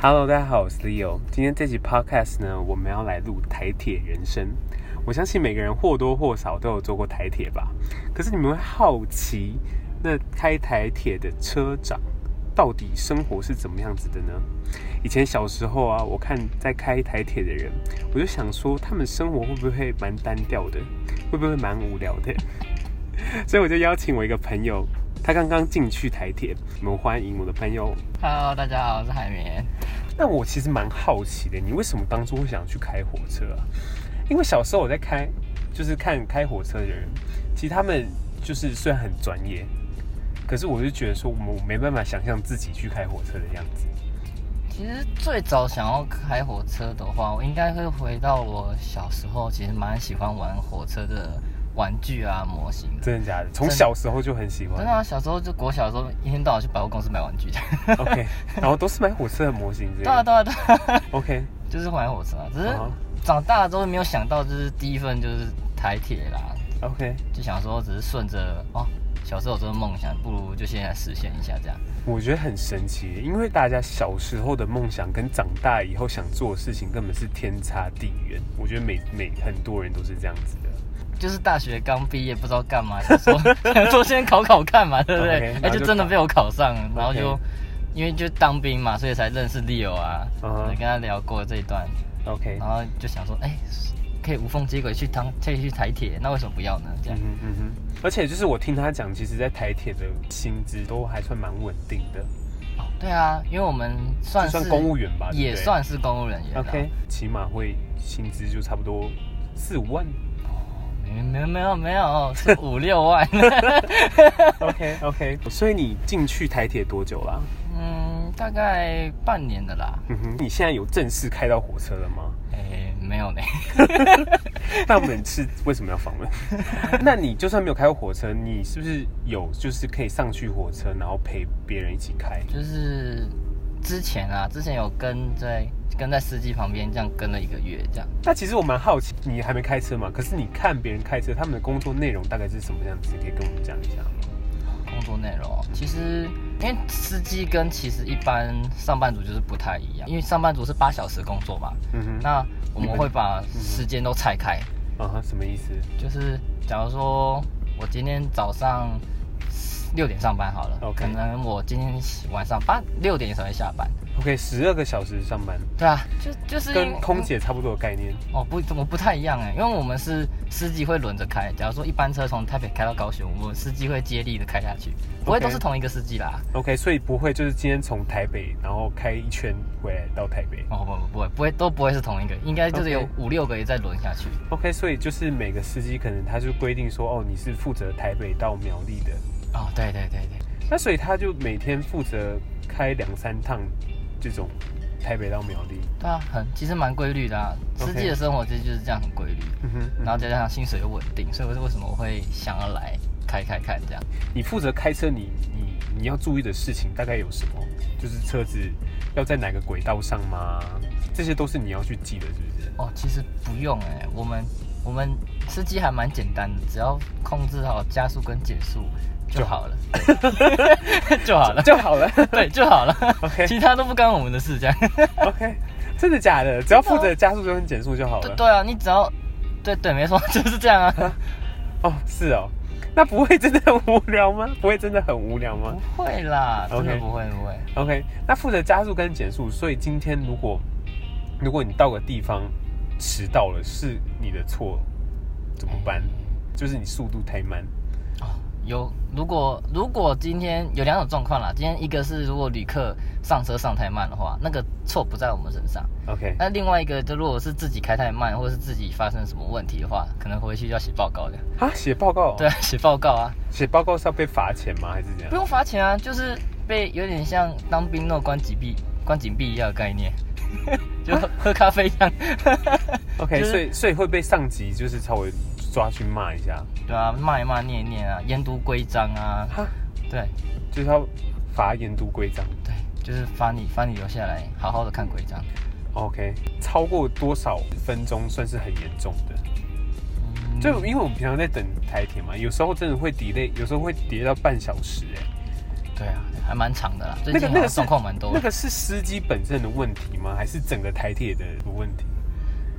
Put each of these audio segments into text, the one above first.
Hello，大家好，我是 Leo。今天这集 Podcast 呢，我们要来录台铁人生。我相信每个人或多或少都有坐过台铁吧，可是你们会好奇，那开台铁的车长到底生活是怎么样子的呢？以前小时候啊，我看在开台铁的人，我就想说，他们生活会不会蛮单调的，会不会蛮无聊的？ 所以我就邀请我一个朋友，他刚刚进去台铁，我们欢迎我的朋友 Hello，大家好，我是海绵。那我其实蛮好奇的，你为什么当初会想去开火车啊？因为小时候我在开，就是看开火车的人，其实他们就是虽然很专业，可是我就觉得说，我没办法想象自己去开火车的样子。其实最早想要开火车的话，我应该会回到我小时候，其实蛮喜欢玩火车的玩具啊、模型的。真的假的？从小时候就很喜欢真的。啊，小时候就国小的时候，一天到晚去百货公司买玩具。 OK，然后都是买火车的模型这对啊，样。对啊，对啊， OK，就是玩火车啊。只是啊长大了之后没有想到，就是第一份就是台铁啦， OK，就想说只是顺着哦，小时候有这个梦想，不如就现在实现一下这样。我觉得很神奇，因为大家小时候的梦想跟长大以后想做的事情根本是天差地远。我觉得每每很多人都是这样子的。就是大学刚毕业，不知道干嘛，想说 想说先考考看嘛，对不 OK，对？然哎，后就就真的考被我考上了，然后 OK 就因为就当兵嘛，所以才认识 Leo 啊，嗯哼我跟他聊过这一段， OK，然后就想说，哎，可以无缝接轨去当，可以去台铁，那为什么不要呢？这嗯样，哼嗯哼，而且就是我听他讲，其实，在台铁的薪资都还算蛮稳定的，对啊，因为我们算就是算公务员吧，对不对也算是公务人员啊。 OK，起码会薪资就差不多四五万。 没没没有没有，是五六万。 OK OK，所以你进去台铁多久啦？嗯，大概半年的啦。嗯哼，你现在有正式开到火车了 吗？哎，没有呢。那我们是为什么要访 问？那你就算没有开过火车，你是不是有就是可以上去火车，然后陪别人一起开？就是之前啊，之前有跟在跟在司机旁边这样跟了一个月这样。那其实我蛮好奇，你还没开车嘛？可是你看别人开车，他们的工作内容大概是什么样子？可以跟我们讲一下吗？工作内容其实因为司机跟其实一般上班族就是不太一样，因为上班族是八小时工作嘛，嗯哼，那我们会把时间都拆开，啊哈，什么意思？就是假如说我今天早上。六点上班好了 OK 可能我今天晚上八六点才会下班。 OK，十二个小时上班，对啊，就就是跟因空姐差不多的概念。哦，不，我不太一样哎，因为我们是司机会轮着开。假如说一班车从台北开到高雄，我们司机会接力的开下去，不会 OK 都是同一个司机啦。 OK，所以不会就是今天从台北，然后开一圈回来到台北。哦，不不不会，不会都不会是同一个，应该就是有 OK 五六个也在轮下去。 OK，所以就是每个司机可能他就规定说，哦，你是负责台北到苗栗的，哦，对对对对，那所以他就每天负责开两三趟这种台北到苗栗。对啊，很其实蛮规律的啊。 OK 司机的生活其实就是这样很规律，嗯哼，嗯然后再加上薪水又稳定，所以我是为什么我会想要来开开看这样。你负责开车你，你你要注意的事情大概有什么？就是车子要在哪个轨道上吗？这些都是你要去记的，是不 是？哦，其实不用哎、我们我们司机还蛮简单的，只要控制好加速跟减速就好了，对 就好了，就好了。对就好了 OK 其他都不干我们的事，这样。 OK，真的假的？只要负责加速跟减速就好对了。 对啊，你只要对对，没错， 就是这样啊。哦，是哦，那不会真的很无聊吗？不会真的很无聊吗不会啦，真的 OK 不会不会。 ？OK，那负责加速跟减速，所以今天如果如果你到个地方迟到了，是你的错，怎么办？就是你速度太慢。哦，有如果如果今天有两种状况啦，今天一个是如果旅客上车上太慢的话，那个错不在我们身上。 OK，那另外一个，就如果是自己开太慢，或是自己发生什么问题的话，可能回去要写报告的。啊，写报告、对，啊，写报告啊，写报告是要被罚钱吗？还是怎样不？用罚钱啊，就是被有点像当兵那种关紧闭、关紧闭一样的概念， 就喝咖啡一样。 OK，、就是所以所以会被上级就是稍微抓去骂一下，对啊，骂一骂、念一念啊，研读规章啊，哈，对就是要罚研读规章。对，就是罚你罚你留下来，好好的看规章。 OK，超过多少分钟算是很严重的？嗯就因为我们平常在等台铁嘛，有时候真的会 delay，有时候会 delay 到半小时哎、对啊，还蛮长的啦。最那近个好那个像是状况蛮多那的。个是司机本身的问题吗？还是整个台铁的问题？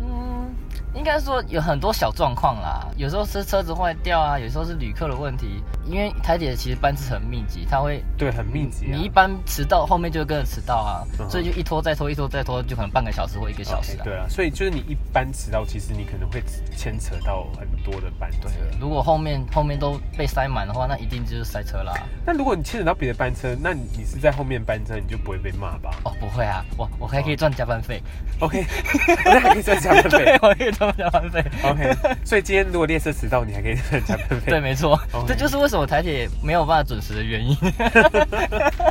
嗯，应该说有很多小状况啦，有时候是车子坏掉啊，有时候是旅客的问题。因为台铁其实班次很密集，它会对，很密集、啊嗯你一般迟到，后面就会跟着迟到啊，嗯哼所以就一拖再拖，一拖再拖，就可能半个小时或一个小时 OK，啊。对啊，所以就是你一般迟到，其实你可能会牵扯到很多的班车。对如果后面后面都被塞满的话，那一定就是塞车啦。那如果你牵扯到别的班车，那你你是在后面班车，你就不会被骂 吧哦，不会啊，我我还可以赚加班费， ？OK，那还可以算加班 对费，。我可以赚加班费。 OK，所以今天如果列车迟到，你还可以算加班费，对，没错 OK 这就是为什么台铁没有办法准时的原因。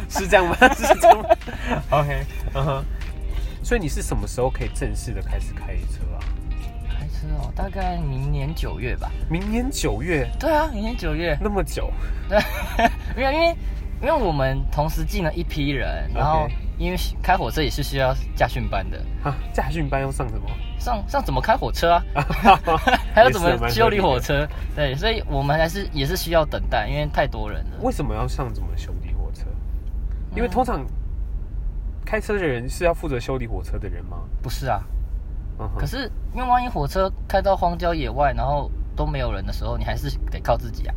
是这样 吗？是这样吗？OK，嗯哼。所以你是什么时候可以正式的开始开车啊？开车哦，大概明年九月吧。明年九月对啊，明年九月。 那么久，对，没有，因为因为我们同时进了一批人，然后 OK 因为开火车也是需要驾训班的，啊，驾训班要上 什么？上上怎么开火车啊，还有怎也是啊么蛮修合理理的火车，对，所以我们还是也是需要等待，因为太多人了。为什么要上怎么修理火车？因为通常开车的人是要负责修理火车的人吗？不是啊，嗯哼可是因为万一火车开到荒郊野外，然后都没有人的时候，你还是得靠自己啊，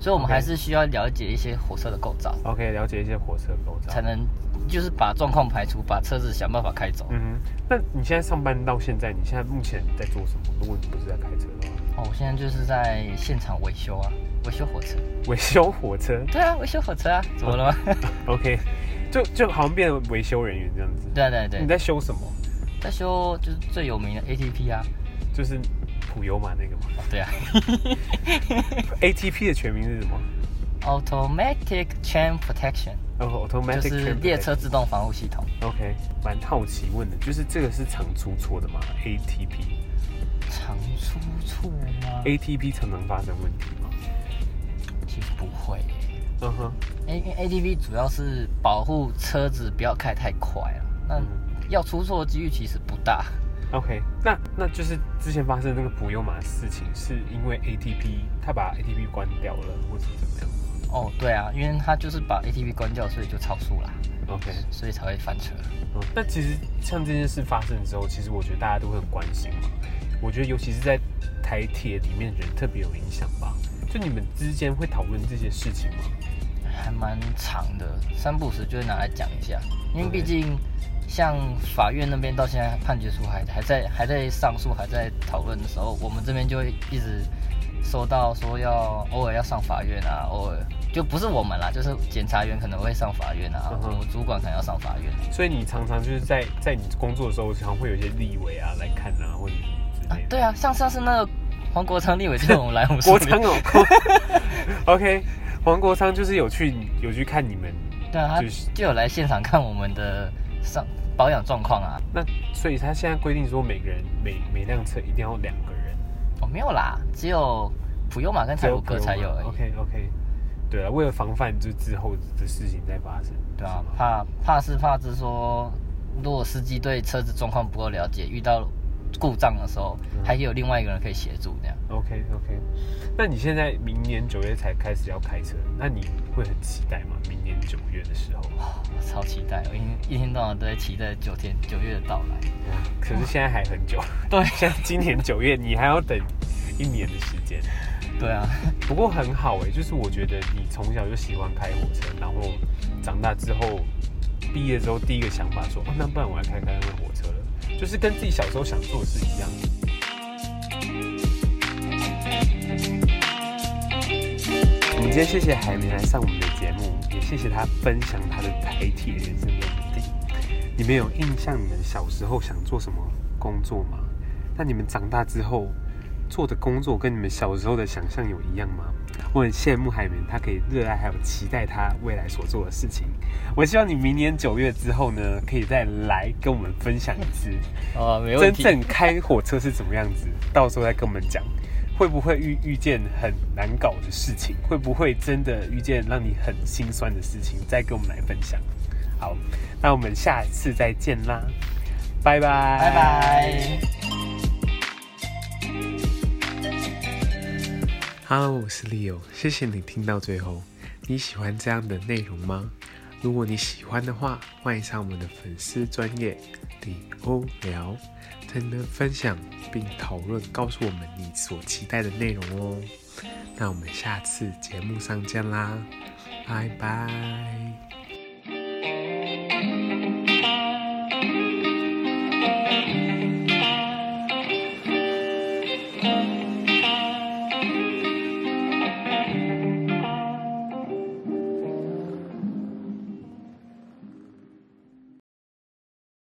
所以我们 OK 还是需要了解一些火车的构造， OK，了解一些火车构造才。能就是把状况排除，把车子想办法开走。嗯哼，那你现在上班到现在，你现在目前在做什么？如果你不是在开车的话，哦，我现在就是在现场维修啊，维修火车。维修火车 对啊，维修火车啊，怎么了吗？ ，OK，就就好像变成维修人员这样子。对啊对啊对你啊，在修什么？在修就是最有名的 ATP 啊。就是普悠玛那个吗 哦，对啊？ATP 的全名是什么？ ，Automatic Chain Protection 然后哦 automatic 就是列车自动防护系统。 Train Protection。OK，蛮好奇问的，就是这个是常出错的吗？ATP，ATP 常出错吗？常常发生问题吗？其实不会耶、嗯哼， A 因为 ATP 主要是保护车子不要开太快啊，那嗯要出错的几率其实不大。 OK，那那就是之前发生那个普悠玛的事情，是因为 ATP 他把 ATP 关掉了，或者怎么样哦，对啊，因为它就是把 ATP 关掉，所以就超速啦， ？OK，所以才会翻车。嗯，那其实像这件事发生之后，其实我觉得大家都会很关心嘛。我觉得尤其是在台铁里面人特别有影响吧。就你们之间会讨论这些事情吗？还蛮长的，三不五时就会拿来讲一下，因为 OK 毕竟像法院那边到现在判决书还还在还在上诉还在讨论的时候，我们这边就会一直收到说要偶尔要上法院啊，偶尔就不是我们啦，就是检察员可能会上法院啊嗯，哼嗯我主管可能要上法院所以你常常就是在在你工作的时候，常会有一些立委啊来看啊，或者是之啊类。的。对啊，像上次那个黄国昌立委就我们来我们国这昌边，哦 ，OK，黄国昌就是有去有去看你们，对啊，他就是就有来现场看我们的上保养状况啊。那所以他现在规定说每个人每每辆车一定要两个人，哦，没有啦，只有普悠玛跟泰鲁哥才有而已。 OK OK，对啊，为了防范就之后的事情再发生，对啊是，吗怕怕是怕是说，如果司机对车子状况不够了解，遇到故障的时候，嗯还有另外一个人可以协助这样。 OK OK，那你现在明年九月才开始要开车，那你会很期待吗？明年九月的时候，我超期待，我一天一天到晚都在期待九天九月的到来。可是现在还很久，对现在今年九月你还要等一年的时间。对啊，不过很好哎、就是我觉得你从小就喜欢开火车，然后长大之后毕业之后第一个想法说，哦，那不然我来开开那火车了，就是跟自己小时候想做的是一样。我们今天谢谢海绵来上我们的节目，也谢谢他分享他的台铁人生的点。你们有印象你们小时候想做什么工作吗？那你们长大之后做的工作跟你们小时候的想象有一样吗？我很羡慕海绵，他可以热爱还有期待他未来所做的事情。我希望你明年九月之后呢，可以再来跟我们分享一次 哦，没真问题。正开火车是怎么样子， 到时候再跟我们讲，会不会遇遇见很难搞的事情，会不会真的遇见让你很心酸的事情，再跟我们来分享。好，那我们下次再见啦，拜拜，拜拜拜。 Hello，我是 Leo，谢谢你听到最后。你喜欢这样的内容吗？如果你喜欢的话，欢迎上我们的粉丝专业李欧聊，在里面分享并讨论，告诉我们你所期待的内容哦。那我们下次节目上见啦，拜拜。